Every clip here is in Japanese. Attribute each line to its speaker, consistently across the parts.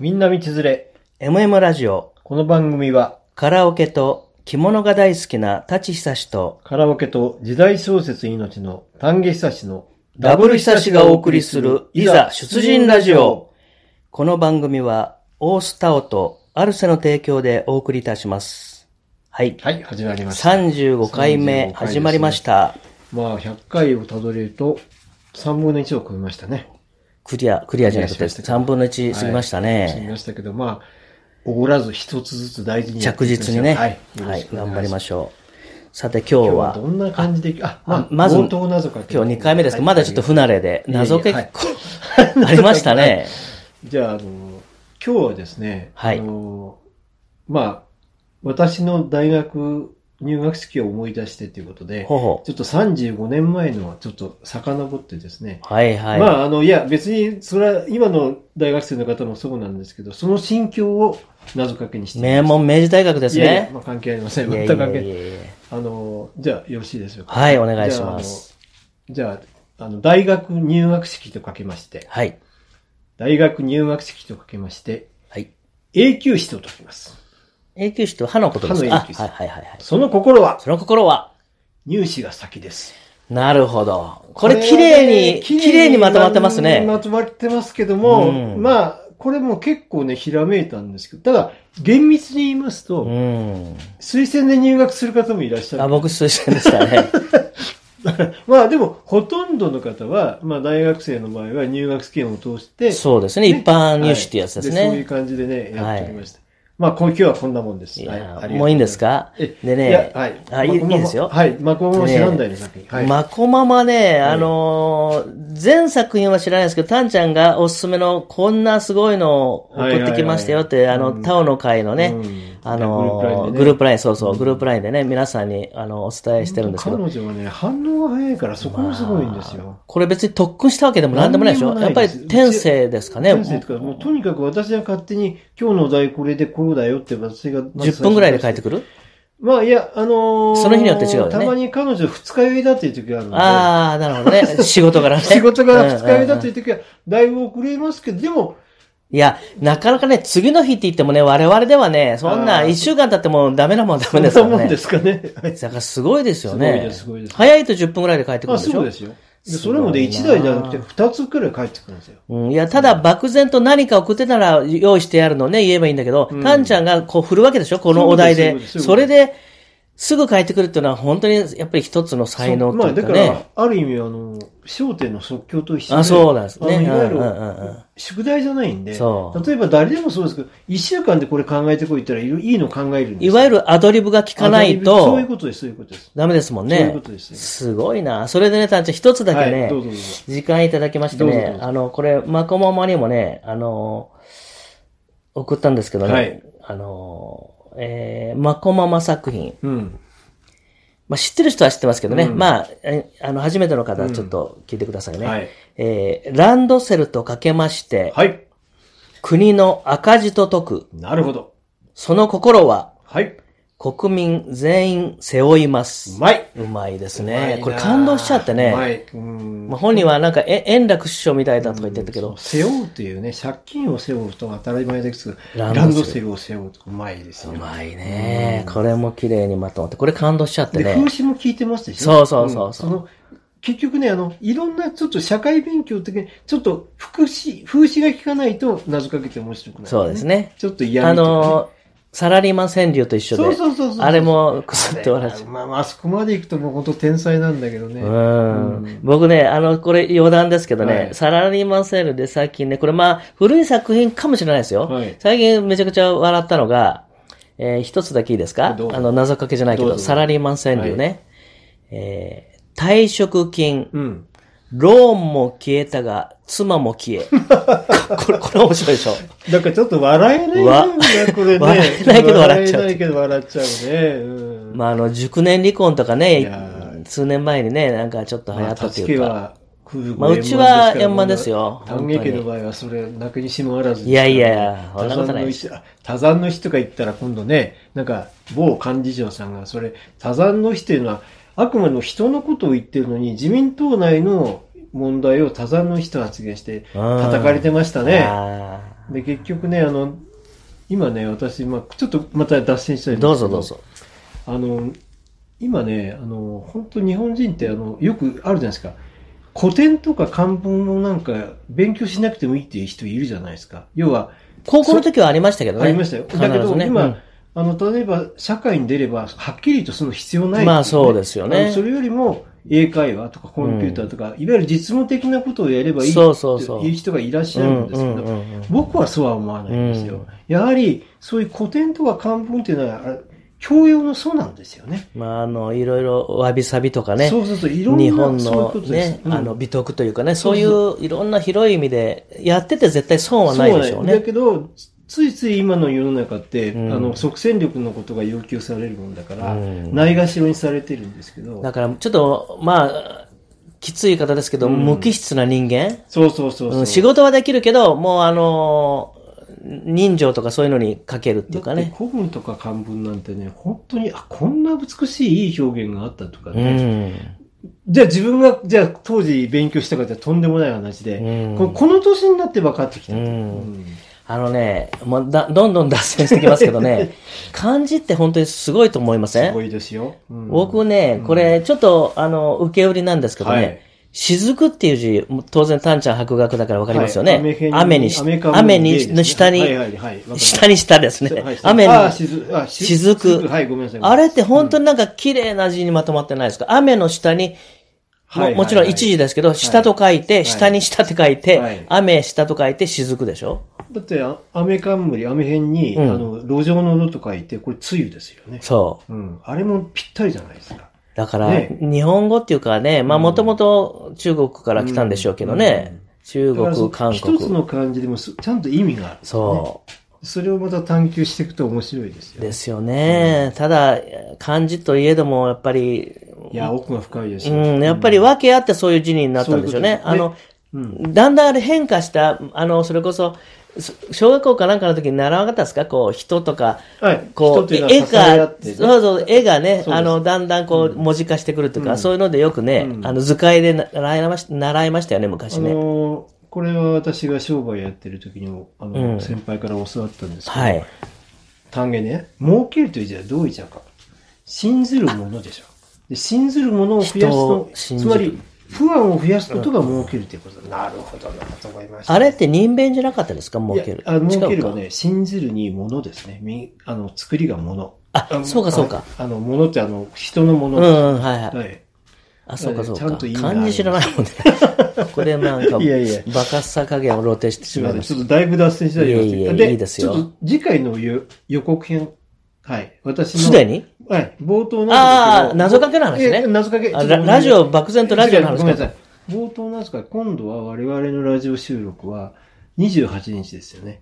Speaker 1: みんな道連れ。
Speaker 2: MM ラジオ、
Speaker 1: この番組は、
Speaker 2: カラオケと着物が大好きな舘久志と、
Speaker 1: カラオケと時代小説命の丹下久志の
Speaker 2: ダブル久志がお送りする、いざ出陣ラジオ。。この番組は、オースタオとアルセの提供でお送りいたします。はい。
Speaker 1: はい、始まりました。
Speaker 2: 35回目
Speaker 1: 35回ですね
Speaker 2: 始まりました。
Speaker 1: まあ、100回をたどれると、3分の1を超えましたね。
Speaker 2: クリア、クリアじゃなくて、
Speaker 1: クリアしました
Speaker 2: 3分の1過ぎました
Speaker 1: はい過ぎ
Speaker 2: ね。
Speaker 1: ましたけど、まあ、おごらず一つずつ大事にやって
Speaker 2: 着
Speaker 1: いきましょ
Speaker 2: 実
Speaker 1: う
Speaker 2: にね、
Speaker 1: は
Speaker 2: はいい、、頑張りまし
Speaker 1: ょ
Speaker 2: ょう。さて今日
Speaker 1: 今日はど
Speaker 2: は、
Speaker 1: んな感じで、あ、まあ
Speaker 2: あ、まず
Speaker 1: 冒頭謎かけ
Speaker 2: 今日2回目ですけど、まだちょ っと不慣れで、
Speaker 1: いえいえ
Speaker 2: 謎結
Speaker 1: はい
Speaker 2: 構ありましたね。
Speaker 1: じゃあ、あの、今日はですね、
Speaker 2: はい
Speaker 1: あの、まあ、私の大学入学式を思い出してということで、
Speaker 2: ほうほう
Speaker 1: ちょっと35年前のはちょっと遡ってですね、
Speaker 2: はいはい。
Speaker 1: まあ、あの、いや、別に、それは今の大学生の方もそうなんですけど、その心境を謎かけにして
Speaker 2: 名
Speaker 1: ま
Speaker 2: 門明治大学ですす
Speaker 1: いやいや、
Speaker 2: ね。
Speaker 1: まあ、関係ありません。
Speaker 2: い
Speaker 1: 全
Speaker 2: やい
Speaker 1: く
Speaker 2: や
Speaker 1: 関係
Speaker 2: いやいや
Speaker 1: あの、じゃあ、よろしいでしょうか。
Speaker 2: はい、お願いします。
Speaker 1: じゃあ、あの、大学入学式とかけまして、
Speaker 2: はい。
Speaker 1: 大学入学式とかけまして、
Speaker 2: はい。
Speaker 1: 永久歯と解きます。
Speaker 2: 永久歯と歯のことで
Speaker 1: 歯
Speaker 2: すか
Speaker 1: の永
Speaker 2: あ
Speaker 1: 久歯
Speaker 2: はいはいはいはい。
Speaker 1: その心は、
Speaker 2: その心は
Speaker 1: 入試が先です。
Speaker 2: なるほど。これ綺麗に、綺麗にまとまってますね。
Speaker 1: まとまってますけども、
Speaker 2: うん
Speaker 1: まあ、これも結構ね、ひらめいたんですけど、ただ、厳密に言いますと、
Speaker 2: うん。
Speaker 1: 推薦で入学する方もいらっしゃ
Speaker 2: あ、
Speaker 1: る。
Speaker 2: 僕推薦でした ね。
Speaker 1: まあでも、ほとんどの方は、まあ大学生の場合は入学試験を通して、
Speaker 2: そうですね。
Speaker 1: ね
Speaker 2: 一般入試ってやつです
Speaker 1: はいそういう
Speaker 2: ね。
Speaker 1: 感じでね、やっておりました。まあ、今日はこんなもんです。
Speaker 2: い
Speaker 1: はいありが
Speaker 2: や
Speaker 1: とござ
Speaker 2: もういいんですか
Speaker 1: えい
Speaker 2: で
Speaker 1: や
Speaker 2: ね、
Speaker 1: はい。
Speaker 2: あいい
Speaker 1: ま
Speaker 2: いいですよ
Speaker 1: はい。マコモの知らんだいの作品。はい。
Speaker 2: まこままね、あのー、全作品は知らないですけど、タンちゃんがおすすめのこんなすごいのを送ってきましたよって、
Speaker 1: はい
Speaker 2: あ
Speaker 1: はいはい
Speaker 2: の
Speaker 1: う、ん
Speaker 2: タオの会のね、
Speaker 1: うん
Speaker 2: あのー
Speaker 1: ね
Speaker 2: グループライン、そうそう、グループラインでね、皆さんに、あの、お伝えしてるんですけど。
Speaker 1: 彼女はね、反応が早いから、そこもすごいんですよ。
Speaker 2: これ別に特訓したわけでもなんでもないでしょ
Speaker 1: なんで
Speaker 2: や
Speaker 1: もな
Speaker 2: っぱ
Speaker 1: い
Speaker 2: り
Speaker 1: です
Speaker 2: 天性ですかね。
Speaker 1: 先生とか、もうとにかく私は勝手に、今日のお題これでこうだよって私が。
Speaker 2: 10分ぐらいで帰って
Speaker 1: る。
Speaker 2: くる
Speaker 1: まあ、いや、あのー
Speaker 2: その日によって違うよね
Speaker 1: たまに彼女二日酔いだっていう時があるので。
Speaker 2: ああ、なるほどね。仕事から ね。
Speaker 1: 仕事が二日酔いだって
Speaker 2: て
Speaker 1: いう時は、だいぶ遅れますけど、でも、
Speaker 2: いや、なかなかね、次の日って言ってもね、我々ではね、そん
Speaker 1: あ
Speaker 2: な
Speaker 1: ー
Speaker 2: 1週間経ってもダメなもんはダ
Speaker 1: そ
Speaker 2: メ
Speaker 1: ん
Speaker 2: です
Speaker 1: な
Speaker 2: から
Speaker 1: もん
Speaker 2: ね
Speaker 1: で。すか ね。はい
Speaker 2: だからすごいですよ
Speaker 1: すごい
Speaker 2: ね
Speaker 1: ですすごいで。す
Speaker 2: 早いと10分ぐらいで帰ってくる
Speaker 1: あ、
Speaker 2: んでし
Speaker 1: そう
Speaker 2: ょ
Speaker 1: ですよ。ですそ
Speaker 2: ごい
Speaker 1: れ
Speaker 2: な
Speaker 1: もね、1台じゃなくて2つくらい帰ってくるんですよ。
Speaker 2: うん、いや、ただ漠然と何か送ってたら用意してやるのね、言えばいいんだけど、
Speaker 1: うん
Speaker 2: タンちゃんがこう振るわけでしょこのお題
Speaker 1: そう
Speaker 2: で。
Speaker 1: ですそうです
Speaker 2: それで、すぐ帰ってくるっていうのは本当にやっぱり一つの才能
Speaker 1: ま
Speaker 2: と
Speaker 1: あ、
Speaker 2: いう
Speaker 1: だ
Speaker 2: か
Speaker 1: から
Speaker 2: ね。、
Speaker 1: ある意味、あの、焦点の即興と一緒で。
Speaker 2: あそうなんですね
Speaker 1: あのいわゆ
Speaker 2: うんうんうんう
Speaker 1: る
Speaker 2: ん、
Speaker 1: 宿題じゃないんで、
Speaker 2: そう
Speaker 1: 例えば誰でもそうですけど、1週間でこれ考えてこいって言ったら、いいの考えるんです
Speaker 2: い
Speaker 1: よ
Speaker 2: わゆるアドリブが効かない
Speaker 1: あそう
Speaker 2: と
Speaker 1: いう、ことです、そういうことです。
Speaker 2: ダメですもん
Speaker 1: そういう
Speaker 2: ね
Speaker 1: こと。ですよ
Speaker 2: すごいな。それでね、タンちゃん一つだけ
Speaker 1: は
Speaker 2: ね
Speaker 1: い、どうぞどうぞ。
Speaker 2: 時間いただきまして
Speaker 1: どうぞどう
Speaker 2: ね、
Speaker 1: ぞ
Speaker 2: あの、これ、まこままにもね、あの、送ったんですけどね、
Speaker 1: はい
Speaker 2: あの、えー、まこまま作品。
Speaker 1: うん。
Speaker 2: まあ、知ってる人は知ってますけどね。
Speaker 1: うん
Speaker 2: まあ、えあの、初めての方はちょっと聞いてくださいね。
Speaker 1: はい。
Speaker 2: えーランドセルとかけまして、
Speaker 1: はい。
Speaker 2: 国の赤字と解く。
Speaker 1: なるほど。
Speaker 2: その心は、
Speaker 1: はい。
Speaker 2: 国民全員背負いま
Speaker 1: う
Speaker 2: す。
Speaker 1: まい。
Speaker 2: うまいです
Speaker 1: うまい
Speaker 2: ね。
Speaker 1: な
Speaker 2: これ感動しちゃってね。
Speaker 1: うまい。うん。
Speaker 2: まあ、本人はなんか、え、円楽師匠みたいだとか言ってたけど、
Speaker 1: 背負うというね、借金を背負うと当たり前ですけど、
Speaker 2: ランドセル
Speaker 1: ランドセルを背負うとうまいですよ
Speaker 2: う。まいね。これも綺麗にまとまって、これ感動しちゃって
Speaker 1: で、
Speaker 2: ね。
Speaker 1: 風刺も聞いてますでしょ
Speaker 2: そうそうそうそうん
Speaker 1: の結局ね、あの、いろんなちょっと社会勉強的に、ちょっと副詞、風刺が効かないと謎かけて面白くない、
Speaker 2: そうです。ね。
Speaker 1: ちょっと嫌
Speaker 2: あ
Speaker 1: 味とかね
Speaker 2: の、サラリーマン川柳と一緒で、
Speaker 1: そうそうそうそう。
Speaker 2: あれもくすっと笑っちゃう
Speaker 1: まあまあ、あそこまで行くともう本当天才なんだけどね。
Speaker 2: うん
Speaker 1: うん
Speaker 2: 僕ね、あの、これ余談ですけどね、
Speaker 1: はい
Speaker 2: サラリーマンセールで最近ね、これまあ、古い作品かもしれないですよ。
Speaker 1: はい
Speaker 2: 最近めちゃくちゃ笑ったのが、えー一つだけいいですか
Speaker 1: どうぞ
Speaker 2: あの、謎かけじゃないけ
Speaker 1: どう
Speaker 2: ど、
Speaker 1: ぞ
Speaker 2: サラリーマン川柳ね。えー退職金、
Speaker 1: うん。
Speaker 2: ローンも消えたが、妻も消 え。これ、これ面白いでしょ。
Speaker 1: だからちょっと笑えないんだよね、これね。
Speaker 2: 笑えないけど笑っちゃう
Speaker 1: 笑えないけど笑っちゃうね。うん。
Speaker 2: まあ、あの、熟年離婚とか
Speaker 1: い
Speaker 2: ね
Speaker 1: やー、
Speaker 2: 数年前にね、なんかちょっと流行ったっていうか。
Speaker 1: まあ助けは
Speaker 2: まあうちは円満ですよ
Speaker 1: 丹下家の場合はそれ、泣くにしもあらずですからね
Speaker 2: いやいやいやそ
Speaker 1: 多
Speaker 2: んなこと
Speaker 1: 山
Speaker 2: な
Speaker 1: の
Speaker 2: い
Speaker 1: 石、あ多山の石とか言ったら今度ね、なんか、某幹事長さんが、それ、多山の石というのは、あくまでも人のことを言ってるのに、自民党内の問題を多山の石と発言して、
Speaker 2: うん
Speaker 1: 叩かれてましたね。
Speaker 2: あー
Speaker 1: で、結局ね、あの、今ね、私、まあ、ちょっとまた脱線したいんですけ
Speaker 2: どうぞどう。ぞ。
Speaker 1: あの、今ね、あの、本当日本人って、あの、よくあるじゃないですか。古典とか漢文をなんか勉強しなくてもいいっていう人いるじゃないですか。要は、
Speaker 2: 高校の時はありましたけどね。
Speaker 1: ありましたよ。だけ
Speaker 2: 必ず
Speaker 1: ど、
Speaker 2: ね
Speaker 1: 今、
Speaker 2: うん
Speaker 1: あの、例えば、社会に出れば、はっきりとその必要ない、
Speaker 2: まあそうですよね
Speaker 1: あのそれよりも、英会話とかコンピューターとか、いわゆる実務的なことをやればいいって
Speaker 2: そうそうそう
Speaker 1: いう人がいらっしゃるんですけど、
Speaker 2: うんうんうんうん
Speaker 1: 僕はそうは思わないんですよ。
Speaker 2: うん
Speaker 1: やはり、そういう古典とか漢文っていうのは、あれ教養の素なんですよね。
Speaker 2: まあ、あの、いろいろ、わびさびとかね。
Speaker 1: そうそうそう、いろんな
Speaker 2: 日本
Speaker 1: そういう
Speaker 2: の
Speaker 1: ことです。
Speaker 2: ね、
Speaker 1: うん
Speaker 2: あの、美徳というかね、
Speaker 1: そ
Speaker 2: そうういういろんな広い意味で、やってて絶対損はないでしょう
Speaker 1: そなん
Speaker 2: ね
Speaker 1: だ。けど、ついつい今の世の中って、
Speaker 2: うん
Speaker 1: あの、即戦力のことが要求されるもんだから、
Speaker 2: うん
Speaker 1: ないがしろにされてるんですけど
Speaker 2: だ、から、ちょっと、まあ、きつい方ですけど、
Speaker 1: うん
Speaker 2: 無機質な人間、
Speaker 1: そうそうそうそう、
Speaker 2: うん仕事はできるけど、もうあのー、人情とかそういうのにかけるっていうか
Speaker 1: だって
Speaker 2: ね。
Speaker 1: 古文とか漢文なんてね、本当に、あ、こんな美しいいい表現があったとか
Speaker 2: う
Speaker 1: ね。
Speaker 2: ん。
Speaker 1: じゃあ自分が、じゃあ当時勉強したかってとんでもない話で、
Speaker 2: うん
Speaker 1: ここの年になって分かってきた。
Speaker 2: うん
Speaker 1: うん
Speaker 2: あのね、もうだ、どんどん脱線してきますけど ね、漢字って本当にすごいと思いませ
Speaker 1: す
Speaker 2: ん
Speaker 1: ごいですよ。うん
Speaker 2: 僕ね、これ、ちょっと、あの、受け売りなんですけどね、
Speaker 1: はい
Speaker 2: 雫っていう字、当然、丹ちゃん博学だからわかりますよね。
Speaker 1: はい
Speaker 2: 雨にし、
Speaker 1: 雨か
Speaker 2: 雨
Speaker 1: 文芸で
Speaker 2: に、
Speaker 1: すね
Speaker 2: の下に、
Speaker 1: はいはいはいわかります
Speaker 2: 下に下ですね。
Speaker 1: はい
Speaker 2: 雨に、
Speaker 1: あしずあし
Speaker 2: 雫
Speaker 1: はい、ごめんなさい。
Speaker 2: あれって本当になんか綺麗な字にまとまってないですか雨の下に、も
Speaker 1: はい
Speaker 2: もちろん一字ですけど、下と書いて、
Speaker 1: い
Speaker 2: 下に下って書いて、
Speaker 1: はい
Speaker 2: 雨下と書いて雫でしょ
Speaker 1: だって、あ雨冠、雨辺に、
Speaker 2: うん
Speaker 1: あの、路上の路と書いて、これ、梅雨ですよね。
Speaker 2: そう。
Speaker 1: うん。あれもぴったりじゃないですか。
Speaker 2: だから、
Speaker 1: ね
Speaker 2: 日本語っていうかね、まあもともと中国から来たんでしょうけどね。中
Speaker 1: だからその
Speaker 2: 国、韓
Speaker 1: 一つ
Speaker 2: 国。
Speaker 1: の漢字でもす、ちゃんと意味がある。
Speaker 2: そ
Speaker 1: それをまた探求していくと面白いです
Speaker 2: う。
Speaker 1: よ。
Speaker 2: ですよね。ただ、漢字といえども、やっぱり、
Speaker 1: いや、奥が深いです
Speaker 2: う
Speaker 1: よ。
Speaker 2: ん、やっぱり訳あってそういう字になったんでしょうね。
Speaker 1: そう
Speaker 2: あ
Speaker 1: いうこ
Speaker 2: の
Speaker 1: と、うん。
Speaker 2: だんだんあれ変化した、あの、それこそ、そ小学校かなんかの時に習わなかったですかこう、人とか、
Speaker 1: はい。人
Speaker 2: ことう、
Speaker 1: いうのは支
Speaker 2: 絵
Speaker 1: え合
Speaker 2: が
Speaker 1: っ、て
Speaker 2: そう
Speaker 1: ね
Speaker 2: そう、絵がね、
Speaker 1: そうです
Speaker 2: あの、だんだんこう、文字化してくると
Speaker 1: う
Speaker 2: か、
Speaker 1: ん
Speaker 2: そういうのでよくね、あの、図解で習いまし習いましたよね、昔
Speaker 1: あ
Speaker 2: ね。
Speaker 1: のーこれは私が商売やってる時にも、あの、
Speaker 2: うん
Speaker 1: 先輩から教わったんですけど、
Speaker 2: はい。
Speaker 1: 単元ね、儲けるという字はどういう字か。信ずるものでしょ。で信ずるものを増やす
Speaker 2: 人を
Speaker 1: と、
Speaker 2: 信
Speaker 1: つ
Speaker 2: じる
Speaker 1: まり、不安を増やすことが儲けるということだ。なるほどなと思いました。
Speaker 2: あれって人弁じゃなかったですか儲ける。
Speaker 1: いやあ儲け
Speaker 2: 違う
Speaker 1: る
Speaker 2: か
Speaker 1: はね、信ずるにものですね。みあの、作りがもの。
Speaker 2: あ
Speaker 1: の
Speaker 2: そうかそうか。
Speaker 1: ああの、ものってあの、人のも
Speaker 2: う
Speaker 1: の
Speaker 2: ん
Speaker 1: です。
Speaker 2: うん、はいはい。
Speaker 1: はい。
Speaker 2: あ、そうかそう
Speaker 1: ちゃ
Speaker 2: か。
Speaker 1: んと意味がある
Speaker 2: 漢字知らないも んね。ここでなんか、
Speaker 1: いやいや
Speaker 2: バカさ加減を露呈して
Speaker 1: す
Speaker 2: し
Speaker 1: み
Speaker 2: ま
Speaker 1: ま
Speaker 2: い
Speaker 1: せん。
Speaker 2: まし
Speaker 1: ちょ。
Speaker 2: た
Speaker 1: っとだいぶ脱線したよう
Speaker 2: いえいえいいですよ
Speaker 1: ちょっと次回の予予告編。はい。私の。
Speaker 2: すでに
Speaker 1: はい。冒頭なんですけど。
Speaker 2: ああ、謎かけの話
Speaker 1: ええ
Speaker 2: ね。
Speaker 1: 謎かけ。
Speaker 2: あ
Speaker 1: ちょっとご
Speaker 2: ラ
Speaker 1: めんな
Speaker 2: ラ
Speaker 1: さい
Speaker 2: ジオ、漠然とラジオの
Speaker 1: ご
Speaker 2: 話
Speaker 1: めんなさ
Speaker 2: か
Speaker 1: い。冒頭なんですか、今度は我々のラジオ収録は28日ですよね。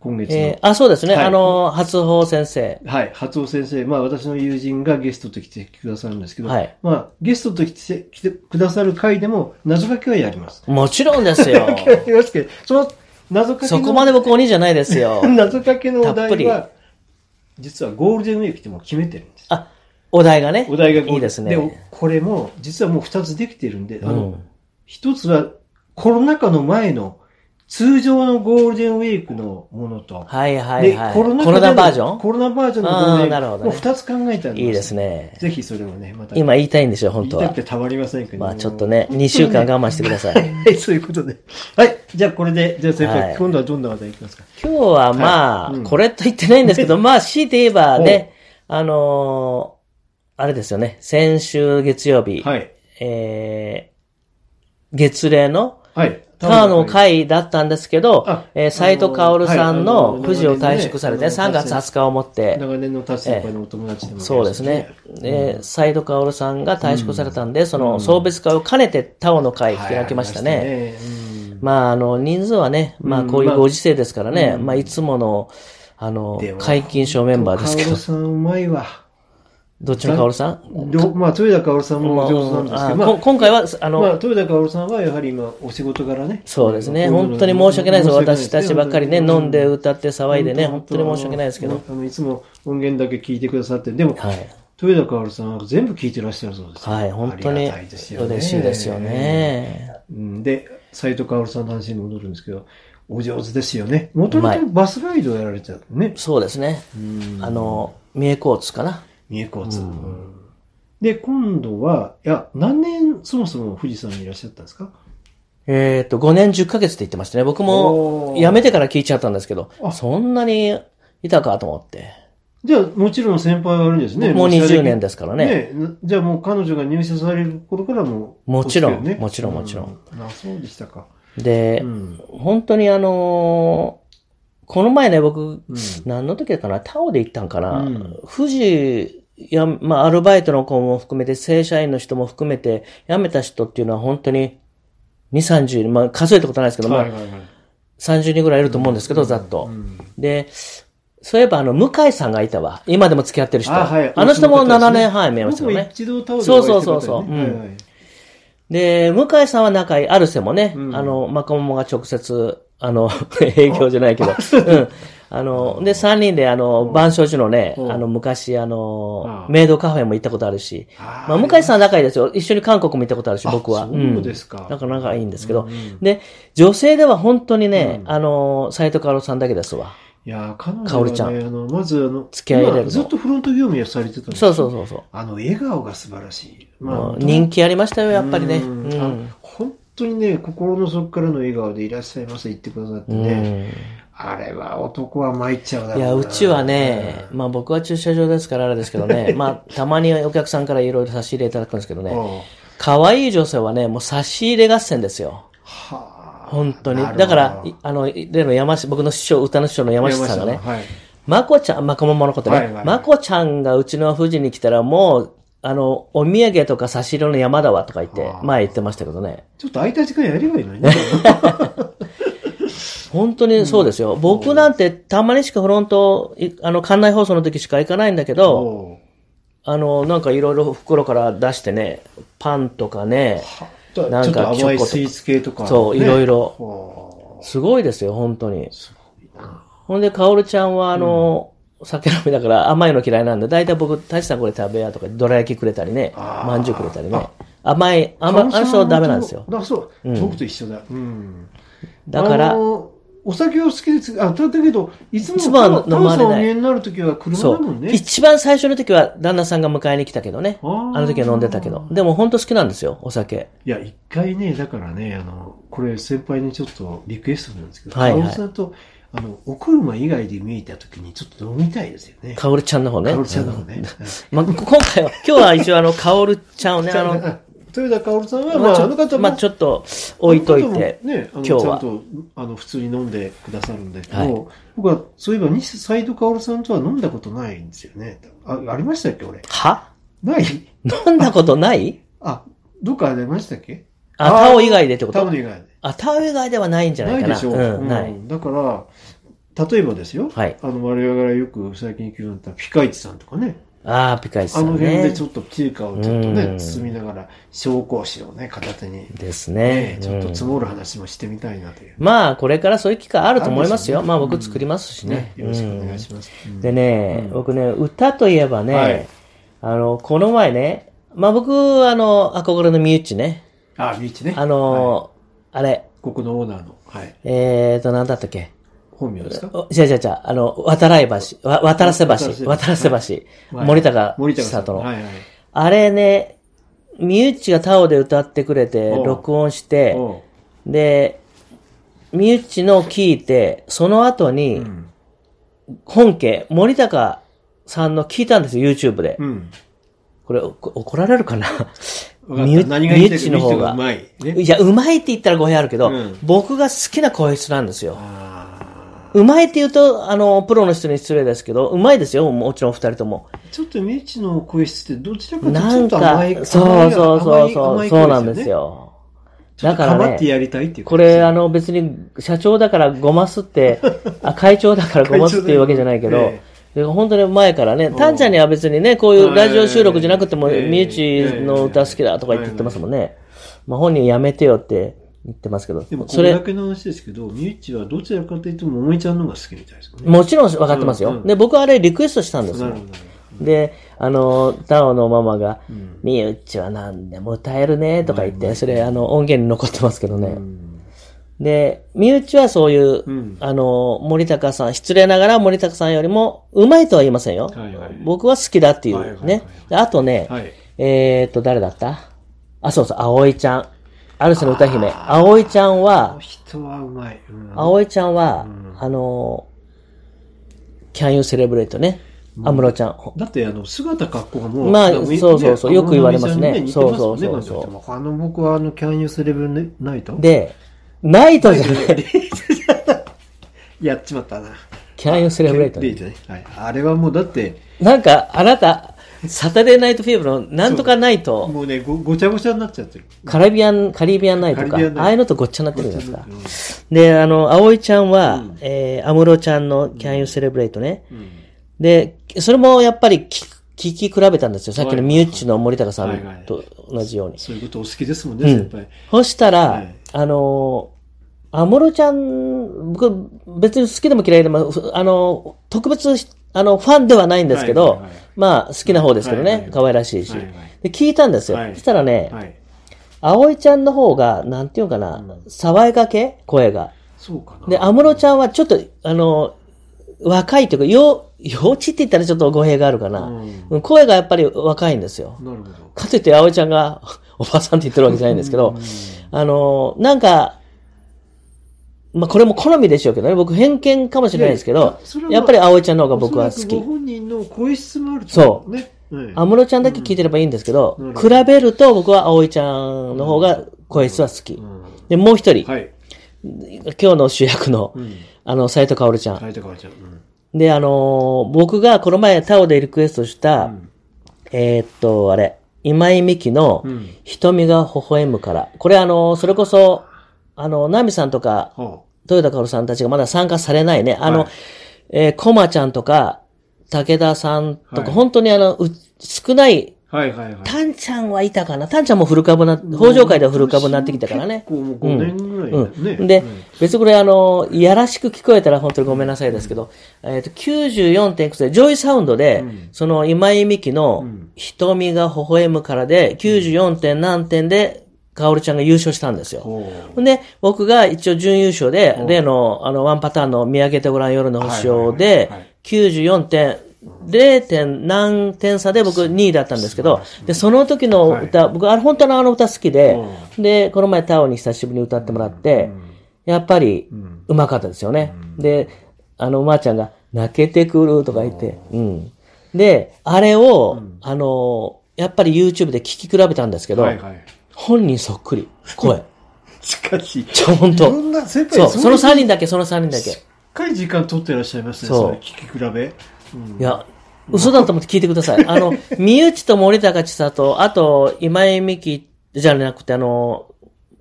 Speaker 1: 今月の。
Speaker 2: えーあ、そうですね。
Speaker 1: はい
Speaker 2: あの、初宝先生。
Speaker 1: はい。初尾先生、まあ私の友人がゲストと来てくださるんですけど、
Speaker 2: はい
Speaker 1: まあゲストと来て来てくださる回でも謎かけはやります。
Speaker 2: もちろんで す よ。
Speaker 1: やりますけど、その謎かけの、。
Speaker 2: そこまで僕鬼じゃないですよ
Speaker 1: 謎かけのお
Speaker 2: たっぷ
Speaker 1: 題
Speaker 2: り
Speaker 1: は、実はゴールデンウィークってもう決めてるんです。
Speaker 2: あ、お題がね。
Speaker 1: お題がゴールデン
Speaker 2: いいです
Speaker 1: で
Speaker 2: ね。
Speaker 1: これも、実はもう二つできてるんで、あ
Speaker 2: う
Speaker 1: の
Speaker 2: ん、
Speaker 1: 一つはコロナ禍の前の通常のゴールデンウィークのものと、
Speaker 2: はいはいはい。
Speaker 1: でコ
Speaker 2: コロ
Speaker 1: ロ
Speaker 2: ナ
Speaker 1: ナ
Speaker 2: バージョン
Speaker 1: コロナバージョンのゴールデンウィーク
Speaker 2: あーなるほど
Speaker 1: も
Speaker 2: ね
Speaker 1: う二つ考えてあります。
Speaker 2: いいですね。
Speaker 1: ぜひそれをね、また。
Speaker 2: 今言いたいんですよ、本当
Speaker 1: 言いた
Speaker 2: は
Speaker 1: く。てたまりませんけど
Speaker 2: まあちょっとね、2週間我慢してください。
Speaker 1: はい、そういうことで。はい、じゃあこれで、じゃあ先輩、
Speaker 2: はい
Speaker 1: 今度はどんな話題いきますか。
Speaker 2: 今日はまあ、
Speaker 1: はいうん
Speaker 2: これと言ってないんです けど、まあ、強いて言えばね、あのーあれですよね、先週月曜日、
Speaker 1: はい。
Speaker 2: えー、月齢の
Speaker 1: はい。
Speaker 2: ターの会だったんですけど
Speaker 1: あ、
Speaker 2: えー、斎藤薫さん
Speaker 1: あのは
Speaker 2: の
Speaker 1: い
Speaker 2: 富士を退職されて
Speaker 1: あの
Speaker 2: 3月20日をもって、
Speaker 1: 長年の達先輩のお友達でもありま
Speaker 2: そうですね。えー、斎藤薫さんが退職されたんで、その送別会を兼ねてタオの会
Speaker 1: はい
Speaker 2: 開きましたね。
Speaker 1: ありましたね
Speaker 2: まあ、あの、人数はね、まあ、
Speaker 1: うん
Speaker 2: こうい
Speaker 1: ま
Speaker 2: う
Speaker 1: あ
Speaker 2: ご時世ですからね、まあ、いつもの、あの
Speaker 1: で、も
Speaker 2: 解禁賞メンバーですけ
Speaker 1: 薫
Speaker 2: ど、
Speaker 1: さんうまいわ。
Speaker 2: どっちのカオルさん
Speaker 1: どまあ、豊田薫さんも上手なんですけ
Speaker 2: あ
Speaker 1: ど、ま
Speaker 2: こ
Speaker 1: あ、
Speaker 2: 今回は、あの、
Speaker 1: まあ、豊田薫さんはやはり今、お仕事柄ね。
Speaker 2: そうですね。
Speaker 1: あの
Speaker 2: 本当に申し訳ないです。私たちばっかりね、
Speaker 1: 本当
Speaker 2: 飲
Speaker 1: に
Speaker 2: んで歌って騒いでね、本
Speaker 1: 本
Speaker 2: 当に申し訳ないですけど。。
Speaker 1: あの、いつも音源だけ聞いてくださって、でも、
Speaker 2: はい。
Speaker 1: 豊田薫さんは全部聞いてらっしゃるそうですよ。
Speaker 2: はい、本当に
Speaker 1: ありがたいですよね
Speaker 2: 嬉しいですよ。ね。
Speaker 1: うんで、斎藤薫さんの話に戻るんですけど、お上手ですよね。もともとバスガイドをやられてたのね。
Speaker 2: そうですね。
Speaker 1: うん
Speaker 2: あ、の、三重交通かな。
Speaker 1: 三重交通。
Speaker 2: うん
Speaker 1: うんで、今度は、いや、何年そもそも富士山にいらっしゃったんですか
Speaker 2: えっ、と、5年10ヶ月って言ってましたね。僕も、
Speaker 1: も
Speaker 2: 辞めてから聞いちゃったんですけど
Speaker 1: あ、
Speaker 2: そんなにいたかと思って。
Speaker 1: じゃあ、もちろん先輩はあるんですね。
Speaker 2: 僕もう
Speaker 1: ロシア
Speaker 2: 20
Speaker 1: 歴
Speaker 2: 年ですからね。
Speaker 1: ねじゃあもう彼女が入社される頃からもう、
Speaker 2: もちろん
Speaker 1: お付き合い
Speaker 2: もちろんもちろん。
Speaker 1: うあ、そうでしたか。
Speaker 2: で、
Speaker 1: うん。
Speaker 2: 本当にあのーこの前ね、僕、
Speaker 1: うん
Speaker 2: 何の時だったかな、タオで行ったんかな、
Speaker 1: うん
Speaker 2: 富士や、まあ、アルバイトの子も含めて、正社員の人も含めて、辞めた人っていうのは本当に、2、30、まあ、数えたことないですけど、
Speaker 1: はい
Speaker 2: まあ、
Speaker 1: はいはい。
Speaker 2: 30人ぐらいいると思うんですけど、ざっと。
Speaker 1: うん
Speaker 2: で、そういえば、あの、向井さんがいたわ。今でも付き合ってる人。
Speaker 1: あはい
Speaker 2: の人も
Speaker 1: お仕事ですね
Speaker 2: 7年半、見えましたよ
Speaker 1: 僕も
Speaker 2: ね。
Speaker 1: 一度倒れてお会いしたことあるね
Speaker 2: そうそうそうそううん
Speaker 1: はいはい
Speaker 2: で、向井さんは仲いい、アルセもね、
Speaker 1: うん
Speaker 2: あの、マコモモが直接、あの、 営業じゃないけど、うん。あの、で、3人で、あの、晩鐘寺のね、
Speaker 1: うん
Speaker 2: あの、昔、あの
Speaker 1: あ、あ
Speaker 2: メイドカフェも行ったことあるし、
Speaker 1: あ
Speaker 2: まあ、
Speaker 1: ー
Speaker 2: 向井さんは仲いいですよ。一緒に韓国も行ったことあるし、
Speaker 1: あ
Speaker 2: 僕は。
Speaker 1: そうですか
Speaker 2: んだから仲いいんですけど
Speaker 1: うんうん。
Speaker 2: で、女性では本当にね、
Speaker 1: うん
Speaker 2: あの、斎藤薫さんだけですわ。
Speaker 1: いやー、彼女
Speaker 2: かおりちゃ
Speaker 1: はね、あの、まずあの、
Speaker 2: 付き合い入れるの
Speaker 1: まあずっとフロント業務やされてたんです
Speaker 2: そうそうそうそう。
Speaker 1: あの、笑顔が素晴らしい。
Speaker 2: もう人気ありましたよ、やっぱりね。
Speaker 1: うん
Speaker 2: う
Speaker 1: あ
Speaker 2: ん
Speaker 1: の本当にね、心の底からの笑顔でいらっしゃいませ言ってくださってね。あれは男は参っちゃうだ
Speaker 2: い
Speaker 1: ろうな。
Speaker 2: や、うちはね、まあ僕は駐車場ですからあれですけ どね、まあたまにお客さんからいろいろ差し入れいただくんですけど
Speaker 1: うん、
Speaker 2: ね、
Speaker 1: うん
Speaker 2: 可愛い女性はね、もう差し入れ合戦ですよ。
Speaker 1: はあ
Speaker 2: 本当に
Speaker 1: なるほ。ど
Speaker 2: だから、いあの、例の山下、僕の師匠、歌の師匠の山下さんがね
Speaker 1: 山、下はい。
Speaker 2: まこちゃん、まこもものこと
Speaker 1: はいはい
Speaker 2: ね
Speaker 1: は、い
Speaker 2: まこちゃんがうちの富士に来たらもう、あの、お土産とか差し入れの山だわとか言って
Speaker 1: は、あ
Speaker 2: 前言ってましたけどね。
Speaker 1: ちょっと空いた時間やればいいのにね。
Speaker 2: 本当にそうですよ。僕なんてたまにしかフロント、いあの、館内放送の時しか行かないんだけど、
Speaker 1: おう
Speaker 2: あの、なんかいろいろ袋から出してね、パンとかね、
Speaker 1: ちょっ
Speaker 2: なんか
Speaker 1: と甘いスイーツ系とか。
Speaker 2: そう、い
Speaker 1: ね
Speaker 2: ろいろ。
Speaker 1: は
Speaker 2: すごいですよ、本当に
Speaker 1: あ。すごいな
Speaker 2: ほんで、かおるちゃんは、あの、酒飲みだから甘いの嫌いなんで、だいたい僕、大地さんこれ食べやとか、どら焼きくれたりね、
Speaker 1: あー
Speaker 2: まんじゅうくれたりね。甘い、甘い、あの人はダメなんですよ。
Speaker 1: あ、そう、
Speaker 2: うん
Speaker 1: 僕と一緒だ。うん。
Speaker 2: だから
Speaker 1: あのお酒を好きです。あ、だだけど、いつも
Speaker 2: いつもは
Speaker 1: タ
Speaker 2: 飲
Speaker 1: モ
Speaker 2: ま
Speaker 1: さ
Speaker 2: れな
Speaker 1: んお
Speaker 2: い
Speaker 1: 見えになるときは車
Speaker 2: そ
Speaker 1: だもん
Speaker 2: う。
Speaker 1: ね。
Speaker 2: 一番最初の時は、旦那さんが迎えに来たけどね。
Speaker 1: あー
Speaker 2: あの時は飲んでたけど。でも、本当好きなんですよ、お酒。
Speaker 1: いや、一回ね、だからね、あの、これ先輩にちょっとリクエストなんですけど、
Speaker 2: はいはい
Speaker 1: カオルさんと、あの、お車以外で見えたときにちょっと飲みたいですよね。
Speaker 2: かおるちゃんの方ね。
Speaker 1: カオルちゃんの方ね。
Speaker 2: まあ、今回は、今日は一応あの、カオルちゃ んをね、あの、
Speaker 1: 豊田カオルさんは、ま
Speaker 2: まあ、
Speaker 1: あ、
Speaker 2: ち
Speaker 1: あの
Speaker 2: ょっ
Speaker 1: 方
Speaker 2: と、
Speaker 1: も、
Speaker 2: まあ、ちょっと置いといて。
Speaker 1: ね、あの
Speaker 2: 今日は
Speaker 1: ちゃんとあの普通に飲んでくださるんだけど、
Speaker 2: はい
Speaker 1: 僕はそういえば西斎藤薫さんとは飲んだことないんですよね。あありましたっけ、俺。
Speaker 2: は
Speaker 1: ない
Speaker 2: 飲んだことない
Speaker 1: あ、どっかありましたっけ
Speaker 2: あ、
Speaker 1: あー
Speaker 2: タオ以外でってこ
Speaker 1: タオ
Speaker 2: と
Speaker 1: ル以外で。
Speaker 2: あ、タオ以外ではないんじゃない
Speaker 1: ない
Speaker 2: か
Speaker 1: で
Speaker 2: な。
Speaker 1: しょ
Speaker 2: うん、
Speaker 1: ん
Speaker 2: ない。
Speaker 1: だから、例えばですよ。
Speaker 2: はい
Speaker 1: あの、我々がよく最近行くようになったピカイチさんとかね。
Speaker 2: ああ、ピカイチ
Speaker 1: あ
Speaker 2: さ
Speaker 1: の
Speaker 2: ん
Speaker 1: 辺で
Speaker 2: ね
Speaker 1: ち。ょっと中華をちょっとね、
Speaker 2: うん
Speaker 1: 包みながら、紹興酒をね、片手に、
Speaker 2: です
Speaker 1: ね
Speaker 2: ね。
Speaker 1: ちょっと
Speaker 2: うん
Speaker 1: 積もる話もしてみたいなという。
Speaker 2: まあ、これからそういう機会あると思いますよ。
Speaker 1: あるでしょうね
Speaker 2: まあ、僕作りますしね
Speaker 1: ね。、よろしくお願いします。
Speaker 2: うん
Speaker 1: う
Speaker 2: で
Speaker 1: ん
Speaker 2: ね、
Speaker 1: うん
Speaker 2: 僕ね、歌といえばね、
Speaker 1: はい
Speaker 2: あの、この前ね、まあ僕、あの、憧れの身内ね、
Speaker 1: あ、ビーチね。
Speaker 2: あの、あれ、
Speaker 1: ここのオーナーの、はい、
Speaker 2: えーと、なんだったっけ
Speaker 1: 本名ですか
Speaker 2: お違う違う違う、あの、渡来橋、わ渡らせ
Speaker 1: 渡らせ
Speaker 2: 橋、
Speaker 1: 橋
Speaker 2: 渡らせ橋、
Speaker 1: はい
Speaker 2: 森高
Speaker 1: 森高
Speaker 2: 千
Speaker 1: さん。
Speaker 2: 里の、
Speaker 1: はいはい。
Speaker 2: あれね、みゆちがタオで歌ってくれて、
Speaker 1: おう
Speaker 2: 録音して、
Speaker 1: おう
Speaker 2: で、みゆちのを聞いて、その後
Speaker 1: う
Speaker 2: に、
Speaker 1: ん。
Speaker 2: 本家、森高さんの聞いたんですよ、YouTube で。
Speaker 1: うん。
Speaker 2: これ、お怒られるかな
Speaker 1: わかった
Speaker 2: 身内
Speaker 1: 何が言いたい
Speaker 2: 身
Speaker 1: か
Speaker 2: 内の方が
Speaker 1: 見がうまい。ね。
Speaker 2: いや、うまいって言ったら語弊あるけ
Speaker 1: う
Speaker 2: ど、
Speaker 1: ん
Speaker 2: 僕が好きな声質なんですよ。
Speaker 1: あ
Speaker 2: うまいって言うと、あの、プロの人に失礼ですけど、うまいですよ、もちろんお二人とも。
Speaker 1: ーちょっとミッチの声質ってどちらかというとち
Speaker 2: な
Speaker 1: ょっ
Speaker 2: ん
Speaker 1: と
Speaker 2: か
Speaker 1: 甘い、、
Speaker 2: そうそうそうそ
Speaker 1: 甘
Speaker 2: う、
Speaker 1: い
Speaker 2: そうなんです
Speaker 1: よね。
Speaker 2: よ。
Speaker 1: ちょ
Speaker 2: だ
Speaker 1: っと
Speaker 2: から
Speaker 1: かばって
Speaker 2: ね、
Speaker 1: やりたいっていう
Speaker 2: こ
Speaker 1: 感じです
Speaker 2: れ
Speaker 1: ね
Speaker 2: あの別に社長だからごま すって、あ会長だからごますっていうわけじゃないけど
Speaker 1: え、
Speaker 2: で本当に前からね、
Speaker 1: ん
Speaker 2: タンちゃんには別にね、こういうラジオ収録じゃなくても、
Speaker 1: ええ
Speaker 2: 身内の歌好きだとか言って言ってますもんね。まあ本人やめてよって言ってますけど
Speaker 1: でも、、こ
Speaker 2: そ
Speaker 1: れだ
Speaker 2: れ、
Speaker 1: けの話ですけど、ミッチはどちらかというと、ももいちゃんの方が好きみたいですよね。
Speaker 2: もちろん分かってます
Speaker 1: うんう。
Speaker 2: よ
Speaker 1: ん
Speaker 2: で、僕あれリクエストしたんです
Speaker 1: なる
Speaker 2: よ
Speaker 1: ほ。ど。
Speaker 2: で、あの、タオのママが、
Speaker 1: うん
Speaker 2: みゆっちは何でも歌えるね、とか言って、それ、あの、音源に残ってますけどね。
Speaker 1: うん
Speaker 2: で、身内はそういう、
Speaker 1: うん
Speaker 2: あの、森高さん、失礼ながら森高さんよりも、うまいとは言いませんよ。
Speaker 1: はいはい
Speaker 2: 僕は好きだっていうね。
Speaker 1: はいはいはいはい
Speaker 2: であとね、
Speaker 1: はい。
Speaker 2: えーっと、誰だったあ、そうそう、葵ちゃん。アルセの歌姫。葵ちゃん
Speaker 1: この
Speaker 2: は、
Speaker 1: 人はうまい。うん、
Speaker 2: 葵ちゃんは、
Speaker 1: うん
Speaker 2: あの、Can you celebrate ね。安室ちゃん。
Speaker 1: だって、あの、姿格好がもう、
Speaker 2: まあ
Speaker 1: なんかみ
Speaker 2: そうそうそう
Speaker 1: ね
Speaker 2: よく言われますね
Speaker 1: あの似てますもんね
Speaker 2: そうそうそう
Speaker 1: この人あの、僕はあの、キャンユースレブンナイト
Speaker 2: で、ナイトじゃない。
Speaker 1: やっちまったな。
Speaker 2: Can you
Speaker 1: レイ
Speaker 2: celebrate?
Speaker 1: トね。はい。あれはもう、だって、
Speaker 2: なんか、あなた、サタデーナイトフィーブルのなんとかナイト、
Speaker 1: もうね、ごごちゃごちゃになっちゃってる。
Speaker 2: カリビアン、カリビアンナイト
Speaker 1: カ
Speaker 2: か
Speaker 1: リビアンナイ、ト
Speaker 2: ああいうのとごっちゃになってるじゃないですか
Speaker 1: う。ん
Speaker 2: で、あの、葵ちゃんは、えー、安室ちゃんの Can You Celebrate ね。で、それもやっぱり聞く聞き比べたんですよ。さっきのミュッチの森高さ
Speaker 1: はいはいは
Speaker 2: ん
Speaker 1: い
Speaker 2: と同じように。
Speaker 1: そういうことお好きですもんね、先輩。
Speaker 2: そしたら、
Speaker 1: はい
Speaker 2: あのー、安室ちゃん、僕、別に好きでも嫌いでも、ふあのー、特別、あの、ファンではないんですけど、
Speaker 1: はいはいはい
Speaker 2: まあ、好きな方ですけど
Speaker 1: はいは
Speaker 2: ね
Speaker 1: い、
Speaker 2: 可愛、らしいし、
Speaker 1: はいはい
Speaker 2: で、聞いたんですよ。
Speaker 1: はい
Speaker 2: そしたらね、
Speaker 1: はい。
Speaker 2: 葵ちゃんの方が、なんていうのかな、爽やか系声が。
Speaker 1: そうかな。
Speaker 2: で、安室ちゃんはちょっと、あの、若いというか、幼、幼稚って言ったらちょっと語弊があるかな。
Speaker 1: うん
Speaker 2: うん声がやっぱり若いんですよ。
Speaker 1: なるほど。
Speaker 2: かといって、葵ちゃんが おばさんって言ってるわけじゃないんですけど、あの、なんか、まあ、これも好みでしょうけどね、僕偏見かもしれないですけ
Speaker 1: いやい
Speaker 2: ど
Speaker 1: やそれ、は
Speaker 2: やっぱり葵ちゃんの方が僕は好
Speaker 1: おそらく
Speaker 2: き
Speaker 1: ご。本人の声質もあると
Speaker 2: そう
Speaker 1: ね。うん
Speaker 2: 安室ちゃんだけ聞いてればいいんですけど、
Speaker 1: うん
Speaker 2: 比べると僕は葵ちゃんの方が声質は好き。
Speaker 1: うん
Speaker 2: で、もう一人、
Speaker 1: はい。
Speaker 2: 今日の主役の、
Speaker 1: うん。
Speaker 2: あの、斎藤薫ちゃん。
Speaker 1: 変えて変えちゃう。うん
Speaker 2: で、あのー僕がこの前タオでリクエストした、
Speaker 1: ん
Speaker 2: えーっと、あれ、今井美樹の
Speaker 1: ん、
Speaker 2: 瞳が微笑むから。これあのーそれこそ、あの、ナミさんとか、
Speaker 1: は
Speaker 2: 豊田薫さんたちがまだ参加されないね。あの、
Speaker 1: はい
Speaker 2: えーコマちゃんとか、武田さんとか、
Speaker 1: はい
Speaker 2: 本当にあの、う少ない、
Speaker 1: あはいはいはい。
Speaker 2: タンちゃんはいたかなタンちゃんも古株な、北上界では古株になってきたからね。
Speaker 1: もう5年ぐらいだよね。
Speaker 2: うん、で、別にこれあの、いやらしく聞こえたら本当にごめんなさいですけど、えっ、と、94点で、ジョイサウンドで、その今井美樹の
Speaker 1: ん
Speaker 2: 瞳が微笑むからで、94点何点で、かおるちゃんが優勝したんですよ。
Speaker 1: ほ
Speaker 2: ほんで、僕が一応準優勝で、例の、あの、ワンパターンの見上げてごらん夜の星を
Speaker 1: はいはい
Speaker 2: で
Speaker 1: はいはい、
Speaker 2: 94点、0点何点差で僕2位だったんですけど、で、その時の歌、僕、あれ、本当のあの歌好きで、で、この前タオに久しぶりに歌ってもらって、やっぱり、うまかったですよね。で、あの、おばあちゃんが、泣けてくるとか言って、うん。で、あれを、あの、やっぱり YouTube で聴き比べたんですけ
Speaker 1: う
Speaker 2: ど、
Speaker 1: はいはい。
Speaker 2: 本人そっくり、声。
Speaker 1: しかし、
Speaker 2: ちょ、本
Speaker 1: い
Speaker 2: 当。
Speaker 1: ろんな先
Speaker 2: そ
Speaker 1: 輩
Speaker 2: う、その3
Speaker 1: 人。
Speaker 2: 人だけ、その3人だけ。
Speaker 1: しっかり時間取ってらっしゃいますね、
Speaker 2: そう
Speaker 1: それ聞き比べ。うん
Speaker 2: いや、嘘だと思って聞いてください。あの、 三内と森高千里、あと、今井美樹じゃなくて、あの、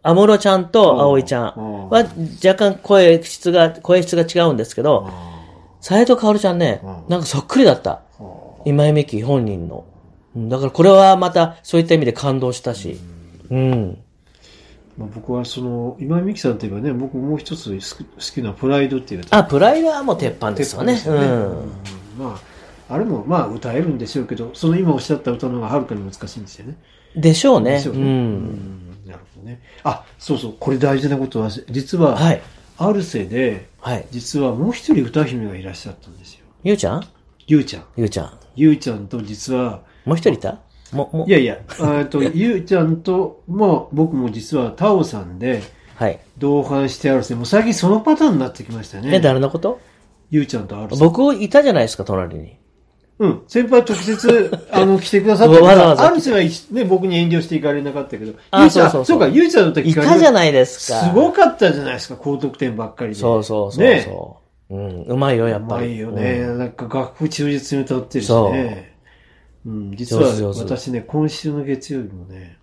Speaker 2: 安室ちゃんと葵ちゃん
Speaker 1: うん
Speaker 2: は若干声質が、声質が違うんですけど、斎藤薫ちゃんね、なんかそっくりだった。今井美樹本人の。うんだからこれはまたそういった意味で感動したし。うん。
Speaker 1: まあ、僕はその、今井美樹さんといえばね、僕もう一つ好き好きなプライドっていう歌
Speaker 2: あ、プライドはもう鉄板ですよね。
Speaker 1: 鉄板ですよね
Speaker 2: うん。
Speaker 1: うんまあ、あれもまあ歌えるんでしょうけど、その今おっしゃった歌の方がはるかに難しいんですよね。
Speaker 2: でしょうね。
Speaker 1: でしょ
Speaker 2: う
Speaker 1: うね
Speaker 2: ん。
Speaker 1: うんなるほどね。あ、そうそう、これ大事なことは、実は、
Speaker 2: はい。
Speaker 1: アルセで、
Speaker 2: はい。
Speaker 1: 実はもう一人歌姫がいらっしゃったんですよ。
Speaker 2: ゆうちゃん
Speaker 1: ゆうちゃん。
Speaker 2: ゆうちゃん。
Speaker 1: ゆうちゃんと実は、
Speaker 2: もう一人いたも、も
Speaker 1: い、やいや、えっ と、ゆうちゃんと、まあ僕も実はタオさんで
Speaker 2: はい。
Speaker 1: 同伴してアルセ、もう最近そのパターンになってきました
Speaker 2: え、
Speaker 1: ね。
Speaker 2: 誰のこと
Speaker 1: ゆうちゃんとアルセ。
Speaker 2: 僕いたじゃないですか、隣に。
Speaker 1: うん。先輩直接、 あの、来てくださったから
Speaker 2: わざわざ
Speaker 1: アルセは一ね、僕に遠慮していかれなかったけど、
Speaker 2: あ
Speaker 1: ゆうちゃん、
Speaker 2: そ
Speaker 1: そうう
Speaker 2: そうそう
Speaker 1: か、ゆうちゃんの時
Speaker 2: いたじゃ
Speaker 1: い
Speaker 2: ないです
Speaker 1: す
Speaker 2: か。
Speaker 1: ごかったじゃないですか、高得点ばっかりで。
Speaker 2: そうそうそう
Speaker 1: ね。
Speaker 2: そう。うん、うまいよ、や
Speaker 1: う
Speaker 2: っぱ
Speaker 1: ま
Speaker 2: り。
Speaker 1: いよね、
Speaker 2: うん
Speaker 1: なんか楽譜忠実に歌ってるし
Speaker 2: そう
Speaker 1: ね。うん、実は
Speaker 2: 上手上手
Speaker 1: 私ね、今週の月曜日もね、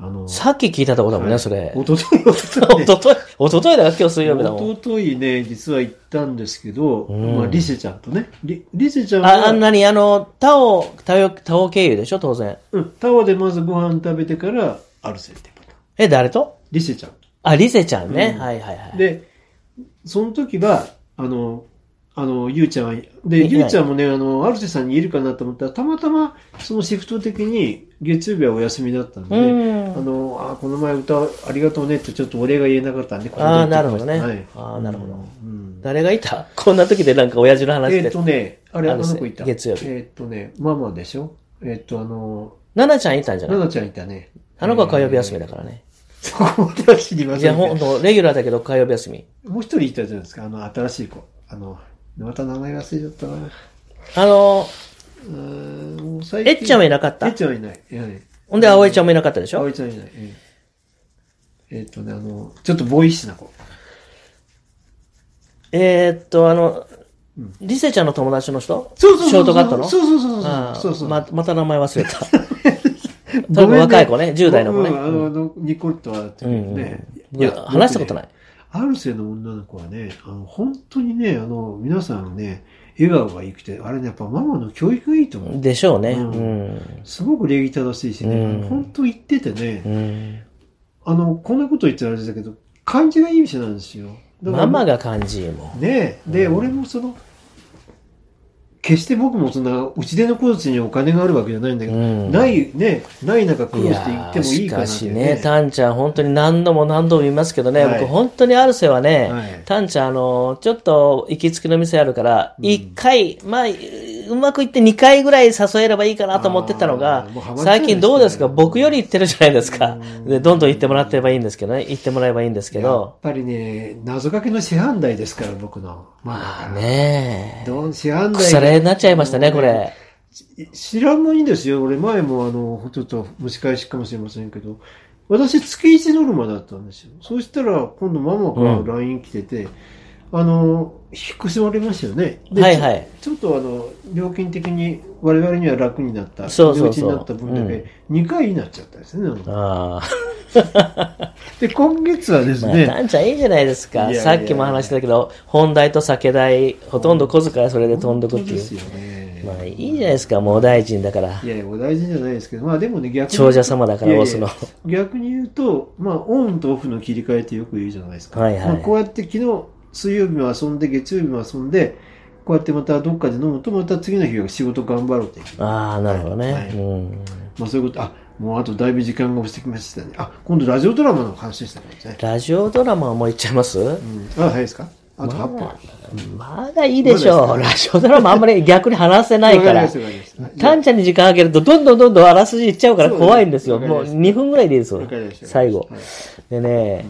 Speaker 1: あの、
Speaker 2: さっき聞いたとこだもんね、それ。
Speaker 1: おととい、おととい
Speaker 2: おととい、おとといだよ、今日水曜日
Speaker 1: ね、
Speaker 2: だも
Speaker 1: おと
Speaker 2: ん。
Speaker 1: といね、実は行ったんですけど、
Speaker 2: ん
Speaker 1: まあ、リセちゃんとね、リリセちゃん
Speaker 2: あ、あん
Speaker 1: は、
Speaker 2: なに、あの、タオ、タオ、タオ経由でしょ、当然。
Speaker 1: うん、タワーでまずご飯食べてから、アルセってパターン。
Speaker 2: え、誰と
Speaker 1: リセちゃんと。
Speaker 2: あ、リセちゃんね。はいはいはい。
Speaker 1: で、その時は、あの、あの、ゆうちゃんは、で、ゆうちゃんもね、あの、アルセさんにいるかなと思ったら、たまたま、そのシフト的に、月曜日はお休みだったんで、
Speaker 2: うん
Speaker 1: あの、あ、この前歌ありがとうねって、ちょっとお礼が言えなかったんで、これで
Speaker 2: あーなるほどね
Speaker 1: はい、
Speaker 2: あーなるほど
Speaker 1: うん
Speaker 2: 誰がいたこんな時でなんか親父の話
Speaker 1: えっ、
Speaker 2: で。
Speaker 1: とね、あれ、
Speaker 2: あ
Speaker 1: あ
Speaker 2: の
Speaker 1: の子いた。
Speaker 2: 月曜日
Speaker 1: えっ、とね、ママでしょえっ、と、あの、
Speaker 2: ナナちゃんいたんじゃな
Speaker 1: 奈
Speaker 2: い
Speaker 1: 々ちゃんいたね。
Speaker 2: あの子は火曜日休みだからね。
Speaker 1: そこでは知りません
Speaker 2: いや、
Speaker 1: けど
Speaker 2: ほんと、レギュラーだけど火曜日休み。
Speaker 1: もう一人いたじゃないですか、あの、新しい子。あの、また名前忘れちゃったな。
Speaker 2: あの、
Speaker 1: うーん、もう最
Speaker 2: えっちゃんはいなかった
Speaker 1: えっちゃんはいない。いない
Speaker 2: ほんで、葵ちゃんもいなかったでし
Speaker 1: あお
Speaker 2: ょ
Speaker 1: いちゃんいない。えええっとね、あの、ちょっとボーイッシュな子。
Speaker 2: えーっと、あの、リセちゃんの友達の人ショートカットの
Speaker 1: そうそうそう
Speaker 2: あー
Speaker 1: そう。そうそう。
Speaker 2: ま、また名前忘 れた。多分若い子ね、10代の子ね
Speaker 1: うん。あの、あのニコッと笑ってるね。。
Speaker 2: いや、話したことないい。
Speaker 1: アルセの女の子はね、あの、本当にね、あの、皆さんね、笑顔が良くて、あれね、やっぱママの教育がいいと思う。
Speaker 2: でしょうね。
Speaker 1: う
Speaker 2: うん。
Speaker 1: すごく礼儀正しいしね、
Speaker 2: うん
Speaker 1: 本当言っててね、
Speaker 2: うん。
Speaker 1: あの、こんなこと言ったらあれだけど、感じがいい店なんですよ。だから
Speaker 2: ママが感じいいも
Speaker 1: ね
Speaker 2: ん。
Speaker 1: え、で、俺もその、決して僕もそんな、うちでのコーチにお金があるわけじゃないんだけど、
Speaker 2: うん
Speaker 1: ない、ね、ない中苦
Speaker 2: い
Speaker 1: 労
Speaker 2: や
Speaker 1: して行って
Speaker 2: ー
Speaker 1: もい
Speaker 2: し
Speaker 1: いかな
Speaker 2: か
Speaker 1: って
Speaker 2: し
Speaker 1: いう
Speaker 2: ね、タンちゃん、本当に何度も何度も言いますけどね、
Speaker 1: はい
Speaker 2: 僕、本当にアルセはね、
Speaker 1: はい
Speaker 2: タンちゃん、あの、ちょっと行きつけの店あるから、1回、まあ、うまくいって2回ぐらい誘えればいいかなと思ってたの
Speaker 1: あ
Speaker 2: が
Speaker 1: ーもうハマ、っちゃうんですね
Speaker 2: 最近どうですか、僕より行ってるじゃないですか。で、どんどん行ってもらってればいいんですけどね、行ってもらえばいいんですけ
Speaker 1: やっ
Speaker 2: ど、
Speaker 1: ぱりね、謎かけの市販代ですから、僕の。ま
Speaker 2: まあ
Speaker 1: あ、
Speaker 2: ねえ、
Speaker 1: どう市販代。
Speaker 2: 腐れになっちゃいましたね、これ。
Speaker 1: 知らんもんですよ。俺前もあの、ちょっと蒸し返しかもしれませんけど、私月一ノルマだったんですよ。そうしたら今度ママから LINE 来てて、あの、引っ越しもありましたよね。で
Speaker 2: はいはい
Speaker 1: ちょ。ちょっとあの、料金的に我々には楽になった、
Speaker 2: そうそうそう
Speaker 1: 手打ちになった分だけ2回になっちゃったんですね。
Speaker 2: ああ。
Speaker 1: で、今月はです
Speaker 2: まあ、
Speaker 1: ね、
Speaker 2: タンちゃんいいじゃないです
Speaker 1: い
Speaker 2: か。
Speaker 1: やいや
Speaker 2: さっきも話したけど、本題と酒代、ほとんど小遣いそれで飛んどくって
Speaker 1: で
Speaker 2: い
Speaker 1: す
Speaker 2: う。
Speaker 1: よね。
Speaker 2: まあ、いいじゃないですか、もう大臣だから
Speaker 1: い。やいや、お大事じゃないですけど、まあでもね、逆に。
Speaker 2: 長者様だから、
Speaker 1: いやいや
Speaker 2: オスの。
Speaker 1: 逆に言うと、まあ、オンとオフの切り替えってよく言うじゃないですか。
Speaker 2: はいはい
Speaker 1: まあ、こうやって昨日、水曜日も遊んで、月曜日も遊んで、こうやってまたどっかで飲むと、また次の日は仕事頑張ろうって。
Speaker 2: ああ、なるほどね。
Speaker 1: はい
Speaker 2: うん。
Speaker 1: まあそういうこと、あ、もうあとだいぶ時間が押してきましたね。あ、今度ラジオドラマの話したんですね。
Speaker 2: ラジオドラマはもういっちゃいます、
Speaker 1: うん。あ、早いですかあと8分。
Speaker 2: まだいいでしょう。
Speaker 1: まだ
Speaker 2: ラジオドラマあんまり逆に話せないか
Speaker 1: わり
Speaker 2: ら
Speaker 1: まし。たわかりましたじゃ
Speaker 2: タンちゃんに時間あげると、どんどんどんどんあらすじいっちゃうから
Speaker 1: そうです
Speaker 2: 怖いんですよ。
Speaker 1: わかり
Speaker 2: もう
Speaker 1: ました
Speaker 2: 2分ぐらいでいいです
Speaker 1: あ
Speaker 2: よ
Speaker 1: わかりました。
Speaker 2: 最後。
Speaker 1: はい
Speaker 2: でね、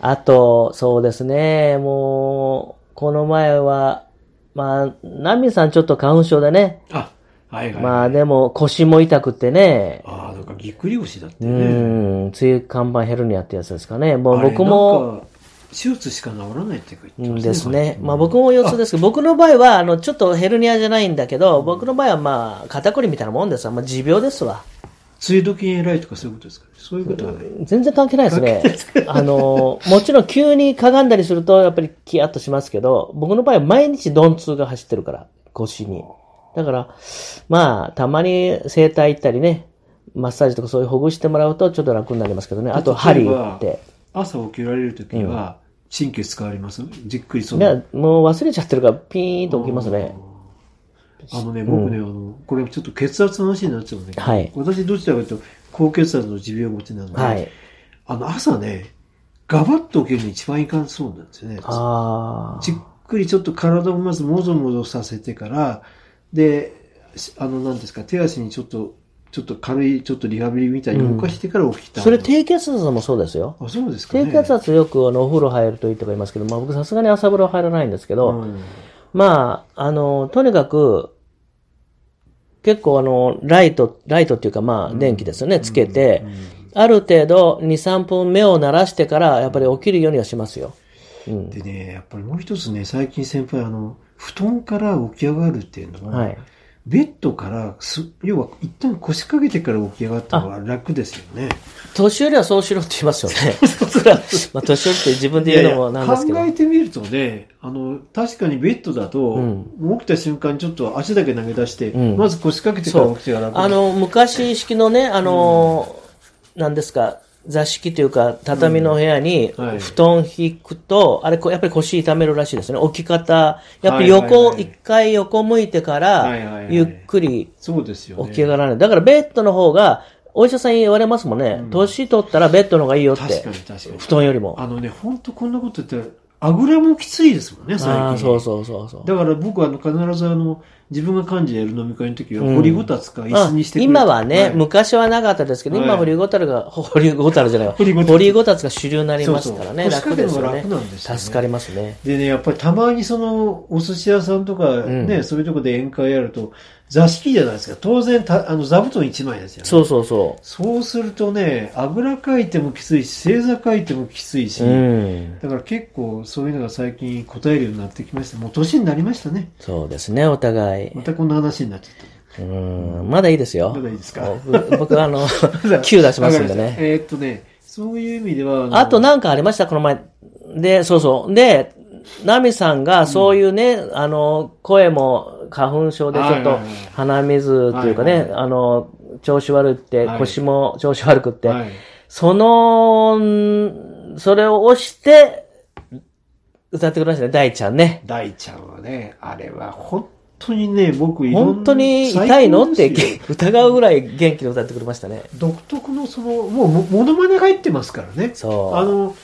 Speaker 2: あと、そうですね、もう、この前は、まあ、ナミさんちょっと花粉症でね、
Speaker 1: あ、はいはい。
Speaker 2: まあでも腰も痛くてね、
Speaker 1: あー、なんかぎっくり腰だって
Speaker 2: う
Speaker 1: ね。
Speaker 2: ん、梅雨看板ヘルニアってやつですかね。もう
Speaker 1: あれ
Speaker 2: 僕も、。
Speaker 1: なんか手術しか治らないって言って
Speaker 2: うん
Speaker 1: ました
Speaker 2: ですね。まあ僕も腰痛ですけど、僕の場合は、あの、ちょっとヘルニアじゃないんだけど、僕の場合はまあ、肩こりみたいなもんですわ。まあ持病ですわ。
Speaker 1: 梅雨時に偉いとかそういうことですかね。そういうことはない。
Speaker 2: 全然関係ないですね。あの、もちろん急にかがんだりすると、やっぱりキヤッとしますけど、僕の場合は毎日鈍痛が走ってるから、腰に。だから、まあ、たまに整体行ったりね、マッサージとかそういうほぐしてもらうとちょっと楽になりますけどね。あと、針打って。
Speaker 1: 朝起きられるときは、神経使われますじっくりそ
Speaker 2: い
Speaker 1: の。
Speaker 2: や、もう忘れちゃってるから、ピーンと起きますね。
Speaker 1: あのね、僕ね、あの、これちょっと血圧の話になっちゃうんだけど、
Speaker 2: はい
Speaker 1: 私どちらかというと、高血圧の持病持ちなので、
Speaker 2: はい。
Speaker 1: あの、朝ね、ガバッと起きるの一番いかんそうなんですよね。
Speaker 2: あ
Speaker 1: じっくりちょっと体をまずもぞもぞさせてから、で、しあの、なんですか、手足にちょっと、ちょっと軽い、ちょっとリハビリみたいに動かしてから起き
Speaker 2: あ。
Speaker 1: た。
Speaker 2: それ低血圧もそうですよ。
Speaker 1: あ、そうですかね。
Speaker 2: 低血圧よくあのお風呂入るといいとか言いますけど、まあ僕さすがに朝風呂入らないんですけど、
Speaker 1: うん
Speaker 2: まあ、あの、とにかく、結構あの、ライト、ライトっていうかまあ、電気ですよね、つけて、ある程度2、3分目を鳴らしてから、やっぱり起きるようにはしますよ。うん。
Speaker 1: でね、やっぱりもう一つね、最近先輩、あの、布団から起き上がるっていうのは、
Speaker 2: はい。
Speaker 1: ベッドからす、要は一旦腰掛けてから起き上がった方が楽ですよね。
Speaker 2: 年寄りはそうしろって言いますよ ね。それはまあ、年寄りって自分で言うのもなんですけ
Speaker 1: 考
Speaker 2: ど。
Speaker 1: えてみるとね、あの、確かにベッドだと、
Speaker 2: うん
Speaker 1: 起きた瞬間ちょっと足だけ投げ出して、
Speaker 2: うん
Speaker 1: まず腰掛けてから起きてが楽
Speaker 2: あの、昔式のね、あの、なんですか、座敷というか、畳の部屋に、
Speaker 1: うんはい
Speaker 2: 布団引くと、あれこ、やっぱり腰痛めるらしいですね。置き方。やっぱり
Speaker 1: はい
Speaker 2: 横、一、
Speaker 1: はいはい
Speaker 2: 回横向いてか
Speaker 1: はいはい
Speaker 2: ら
Speaker 1: は、い
Speaker 2: ゆっくり
Speaker 1: そうですよね。
Speaker 2: 起き上がらない。だからベッドの方が、お医者さんに言われますもんね。年取ったらベッドの方がいいよっ
Speaker 1: 確
Speaker 2: て
Speaker 1: か。に確かに。
Speaker 2: 布団よりも。
Speaker 1: あのね、ほんとこんなこと言ったら、あぐらもきついですもんね、最
Speaker 2: ああー、
Speaker 1: 近。
Speaker 2: そうそうそうそう。
Speaker 1: だから僕はあの必ずあの、自分が幹事やる飲み会の時は、
Speaker 2: うん
Speaker 1: 掘りごたつか椅子にしてくれ
Speaker 2: あ
Speaker 1: と
Speaker 2: 今はね、
Speaker 1: い
Speaker 2: 昔はなかったですけど、
Speaker 1: はい
Speaker 2: 今、堀ゴタルが、 堀ゴタルじゃないわ、
Speaker 1: 堀ゴタル
Speaker 2: 堀ゴタツが主流になりますからね、
Speaker 1: そうそう
Speaker 2: 楽ですよ
Speaker 1: 腰掛けるのが楽なんですよ
Speaker 2: ね。
Speaker 1: ね
Speaker 2: 助かりますね。
Speaker 1: でね、やっぱりたまにその、お寿司屋さんとかね、
Speaker 2: うん
Speaker 1: そういうとこで宴会やると、座敷じゃないですか。当然た、あの、座布団1枚ですよね。
Speaker 2: そうそうそ
Speaker 1: そうするとね、あぐらかいてもきついし、正座かいてもきついし、
Speaker 2: う。うん。
Speaker 1: だから結構そういうのが最近答えるようになってきました。もう年になりましたね。
Speaker 2: そうですね、お互い
Speaker 1: ま。たこんな話になっちゃった。
Speaker 2: うん、まだいいですよ
Speaker 1: ま。だいいですか
Speaker 2: 僕、僕 あの、9出しますんで
Speaker 1: わかり
Speaker 2: ね。
Speaker 1: したえーっとね、そういう意味では、の
Speaker 2: あと、なんかありました、この前。で、そうそう。で、ナミさんがそういうね、あの、声も花粉症でちょっ
Speaker 1: はい
Speaker 2: と
Speaker 1: はいはい
Speaker 2: 鼻水というかね、
Speaker 1: はいはい
Speaker 2: あの、調子悪くて、
Speaker 1: はい
Speaker 2: 腰も調子悪くって、
Speaker 1: はい、
Speaker 2: その、んそれを押して、歌ってくれましたね、大ちゃんね。
Speaker 1: 大ちゃんはね、あれは本当にね、僕いろんな
Speaker 2: 本当に痛いのっ
Speaker 1: 最
Speaker 2: て
Speaker 1: 高ですよ
Speaker 2: 疑うぐらい元気に歌ってくれましたね。
Speaker 1: 独特のその、もうも、ものまね入ってますからね。
Speaker 2: そう
Speaker 1: あの、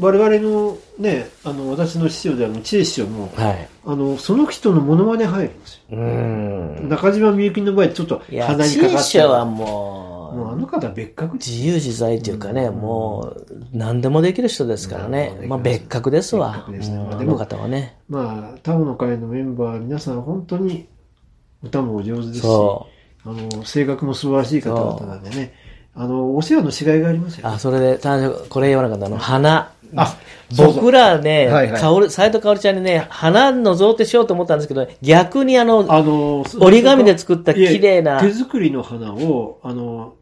Speaker 1: 我々のね、あの、私の師匠である知恵師匠も、
Speaker 2: はい。
Speaker 1: あの、その人のものまね入るんですよ。
Speaker 2: うーん。
Speaker 1: 中島みゆきの場合、ちょっと
Speaker 2: い
Speaker 1: 鼻
Speaker 2: や、
Speaker 1: にかか
Speaker 2: 陳
Speaker 1: って
Speaker 2: 謝は
Speaker 1: も
Speaker 2: も
Speaker 1: う
Speaker 2: う、
Speaker 1: あの方は別格です
Speaker 2: 自由自在というかね、もう、何でもできる人ですから
Speaker 1: 何
Speaker 2: ね
Speaker 1: でもでき。ます
Speaker 2: まあ、別格ですわ。
Speaker 1: 別格ですね
Speaker 2: うん
Speaker 1: まあ
Speaker 2: あ
Speaker 1: でも
Speaker 2: の方はね。
Speaker 1: まあ、タオの会のメンバー、皆さん本当に歌もお上手ですし、
Speaker 2: そ
Speaker 1: あの、性格も素晴らしい方々なんでね、あの、お世話のしがいがあります
Speaker 2: う。
Speaker 1: よ、ね。
Speaker 2: あ、それで、単純これ言わなかったあの、花。
Speaker 1: あ、
Speaker 2: 僕らね、
Speaker 1: はいはい
Speaker 2: かおる斎藤かおりちゃんにね、花の贈呈しようと思ったんですけど、逆にあの、
Speaker 1: あの、
Speaker 2: 折り紙で作った綺麗ない
Speaker 1: や手作りの花を、あの、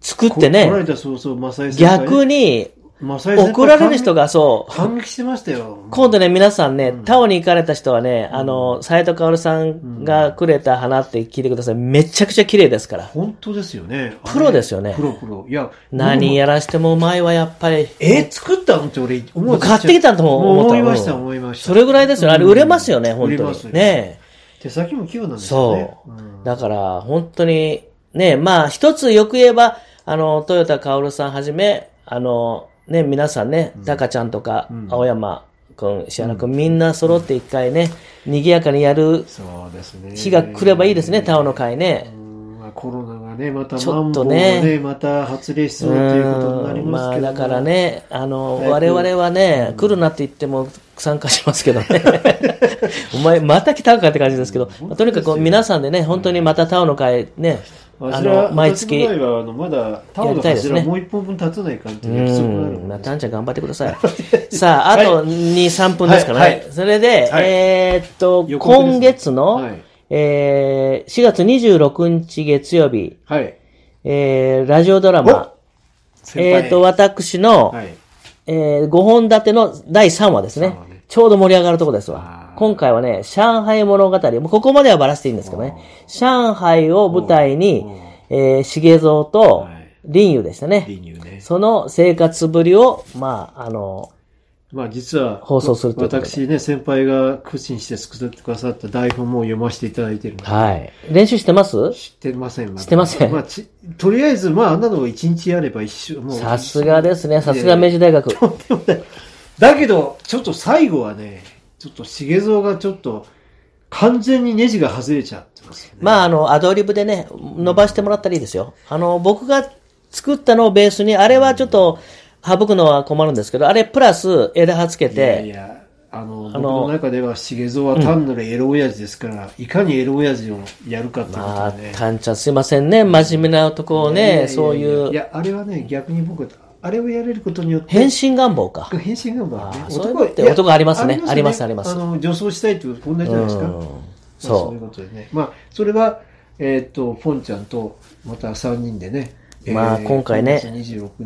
Speaker 2: 作っ
Speaker 1: こ
Speaker 2: て
Speaker 1: 来られ
Speaker 2: ね、
Speaker 1: た早々、マサイ先輩
Speaker 2: 逆に
Speaker 1: マサイ先輩
Speaker 2: 怒られる人がそう、
Speaker 1: 感激してましたよ。
Speaker 2: 今度ね、皆さんね、タオに行かれた人はね、あの、斎藤薫さんがくれた花って聞いてください。めちゃくちゃ綺麗ですから。
Speaker 1: 本当ですよね。あれ
Speaker 2: プロですよね
Speaker 1: プロプロ。いや、
Speaker 2: 何やらしてもうまいわ、やっぱり。
Speaker 1: えー作ったのって俺思
Speaker 2: も
Speaker 1: わ
Speaker 2: う
Speaker 1: ず
Speaker 2: 買ってきたと思った。
Speaker 1: 思いました、
Speaker 2: うん
Speaker 1: 思いました。
Speaker 2: それぐらいですよね。あれ売れますよね、
Speaker 1: うん売
Speaker 2: 本
Speaker 1: れ
Speaker 2: 当
Speaker 1: ますよ
Speaker 2: に。ね
Speaker 1: 手先も器用なんですよね。
Speaker 2: そ
Speaker 1: ん
Speaker 2: う。だから、本当に、ねまあ、一つよく言えば、あの、豊田薫さんはじめ、あの、ね、皆さんね、タカちゃんとか、青山君、石原君、みんな揃って一回ね、賑やかにやる
Speaker 1: そうですね。
Speaker 2: 日が来ればいいですね、タオの会
Speaker 1: う
Speaker 2: ね。
Speaker 1: んまあ、コロナがね、また
Speaker 2: ち
Speaker 1: マン
Speaker 2: ょっ
Speaker 1: ボ
Speaker 2: と
Speaker 1: ウが
Speaker 2: ね
Speaker 1: ねまた発令しそう
Speaker 2: う
Speaker 1: ということになり
Speaker 2: ん
Speaker 1: ます
Speaker 2: ま
Speaker 1: け
Speaker 2: あ
Speaker 1: ど、
Speaker 2: だから。ね、あの、
Speaker 1: 早
Speaker 2: 我
Speaker 1: く
Speaker 2: 々はね、来るなって言っても参加しますけどね。 お前、また来たんかって感じですけど、まあとにかく皆さんでね、本当にまたタオの会ね、あの、毎月、
Speaker 1: 私の場合はあのまだタオ
Speaker 2: や
Speaker 1: の
Speaker 2: りたいですね
Speaker 1: 柱もう一本分立たない感じで約
Speaker 2: う
Speaker 1: 束がある
Speaker 2: ん、
Speaker 1: の
Speaker 2: ま
Speaker 1: で
Speaker 2: たあんちゃん頑張ってください。 さあ、あと2、3分ですからね。
Speaker 1: はいはい
Speaker 2: それで、
Speaker 1: はい
Speaker 2: えーっと、
Speaker 1: 予告ですね
Speaker 2: 今月の、
Speaker 1: はい
Speaker 2: えー4月26日月曜日、
Speaker 1: はい。
Speaker 2: えーラジオドラマ、
Speaker 1: 先
Speaker 2: え
Speaker 1: 輩
Speaker 2: ーっと、私の、
Speaker 1: はい。
Speaker 2: え5本立ての第3話ですね
Speaker 1: 三話ね。
Speaker 2: ちょうど盛り上がるとこです
Speaker 1: あ
Speaker 2: わ。
Speaker 1: ー
Speaker 2: 今回はね、上海物語、もうここまではバラしていいんですけどね、上海を舞台に
Speaker 1: おうおう、
Speaker 2: えー、茂蔵と
Speaker 1: はい
Speaker 2: 林友でしたね。
Speaker 1: リニューね。
Speaker 2: その生活ぶりを、まあ、あの、
Speaker 1: まあ実は、
Speaker 2: 放送するということで
Speaker 1: 私ね、先輩が苦心して作ってくださった台本も読ませていただいてるので、
Speaker 2: はい。練習してます
Speaker 1: 知ってません。知
Speaker 2: ってません
Speaker 1: まあ、ちとりあえず、まあ、あんなのを一日やれば一週、もう。
Speaker 2: さすがですね。さすが明治大学。
Speaker 1: とんでもない。だけど、ちょっと最後はね、ちょっと茂蔵がちょっと、完全にネジが外れちゃってますよね。
Speaker 2: まあ、あの、アドリブでね、伸ばしてもらったらいいですよ。あの、僕が作ったのをベースに、あれはちょっと、省くのは困るんですけど、あれプラス枝葉つけ
Speaker 1: いやい
Speaker 2: て、
Speaker 1: や、あの、僕
Speaker 2: の
Speaker 1: の中では茂蔵は単なるエロ親父ですから、いかにエロ親父をやるかってこと
Speaker 2: まあ
Speaker 1: はね。、
Speaker 2: たんちゃんすいませんね。真面目な男を
Speaker 1: いやいやい
Speaker 2: ね、
Speaker 1: や
Speaker 2: そうい、
Speaker 1: いうや、あれはね、逆に僕は、あれをやれることによって、
Speaker 2: 変身願望か。
Speaker 1: 変身願望はね
Speaker 2: あ、ーそういう
Speaker 1: 男
Speaker 2: の
Speaker 1: は
Speaker 2: って
Speaker 1: いや
Speaker 2: 男ありますねありますあります
Speaker 1: あの、女装したいって同じじゃないですか。
Speaker 2: うん
Speaker 1: まあ
Speaker 2: そう
Speaker 1: そういうことでね。まあ、それは、えーっと、ポンちゃんと、また3人でね、
Speaker 2: まあ今回ね、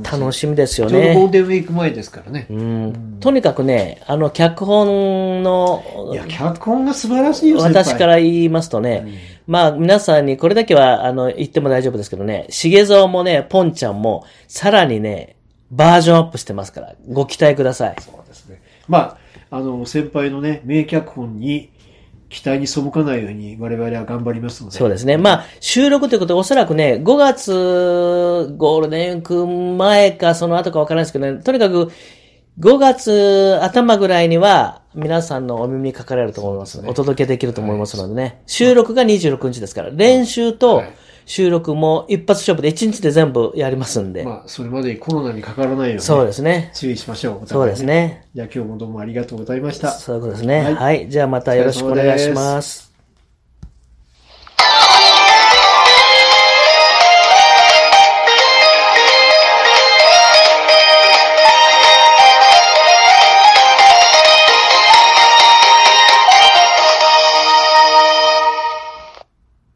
Speaker 2: 楽しみですよ
Speaker 1: ちょうどゴー
Speaker 2: ね。
Speaker 1: ルデンウィーク前ですからね。
Speaker 2: うん、とにかくね、あの、脚本の
Speaker 1: いや、脚本が素晴らしいよ、先輩
Speaker 2: 私から言いますとね、まあ皆さんにこれだけはあの言っても大丈夫ですけどね、重蔵もね、ポンちゃんも、さらにね、バージョンアップしてますから、ご期待ください。
Speaker 1: そうですね。まあ、あの、先輩のね、名脚本に期待に背かないように我々は頑張りますので。
Speaker 2: そうですね。まあ、収録ということで、おそらくね、5月、ゴールデンウィーク前か、その後かわからないですけどね、とにかく、5月頭ぐらいには、皆さんのお耳にかかれると思います。お届けできると思いますのでね。収録が26日ですから、練習と収録も一発勝負で1日で全部やりますんで。
Speaker 1: まあ、それまでにコロナにかからないように。
Speaker 2: そうですね。
Speaker 1: 注意しましょう。お互い
Speaker 2: そうです。ね。
Speaker 1: じゃあ今日もどうもありがとうございました。
Speaker 2: そういうことですね。
Speaker 1: はい
Speaker 2: はい。じゃあまたよろしくお願いします。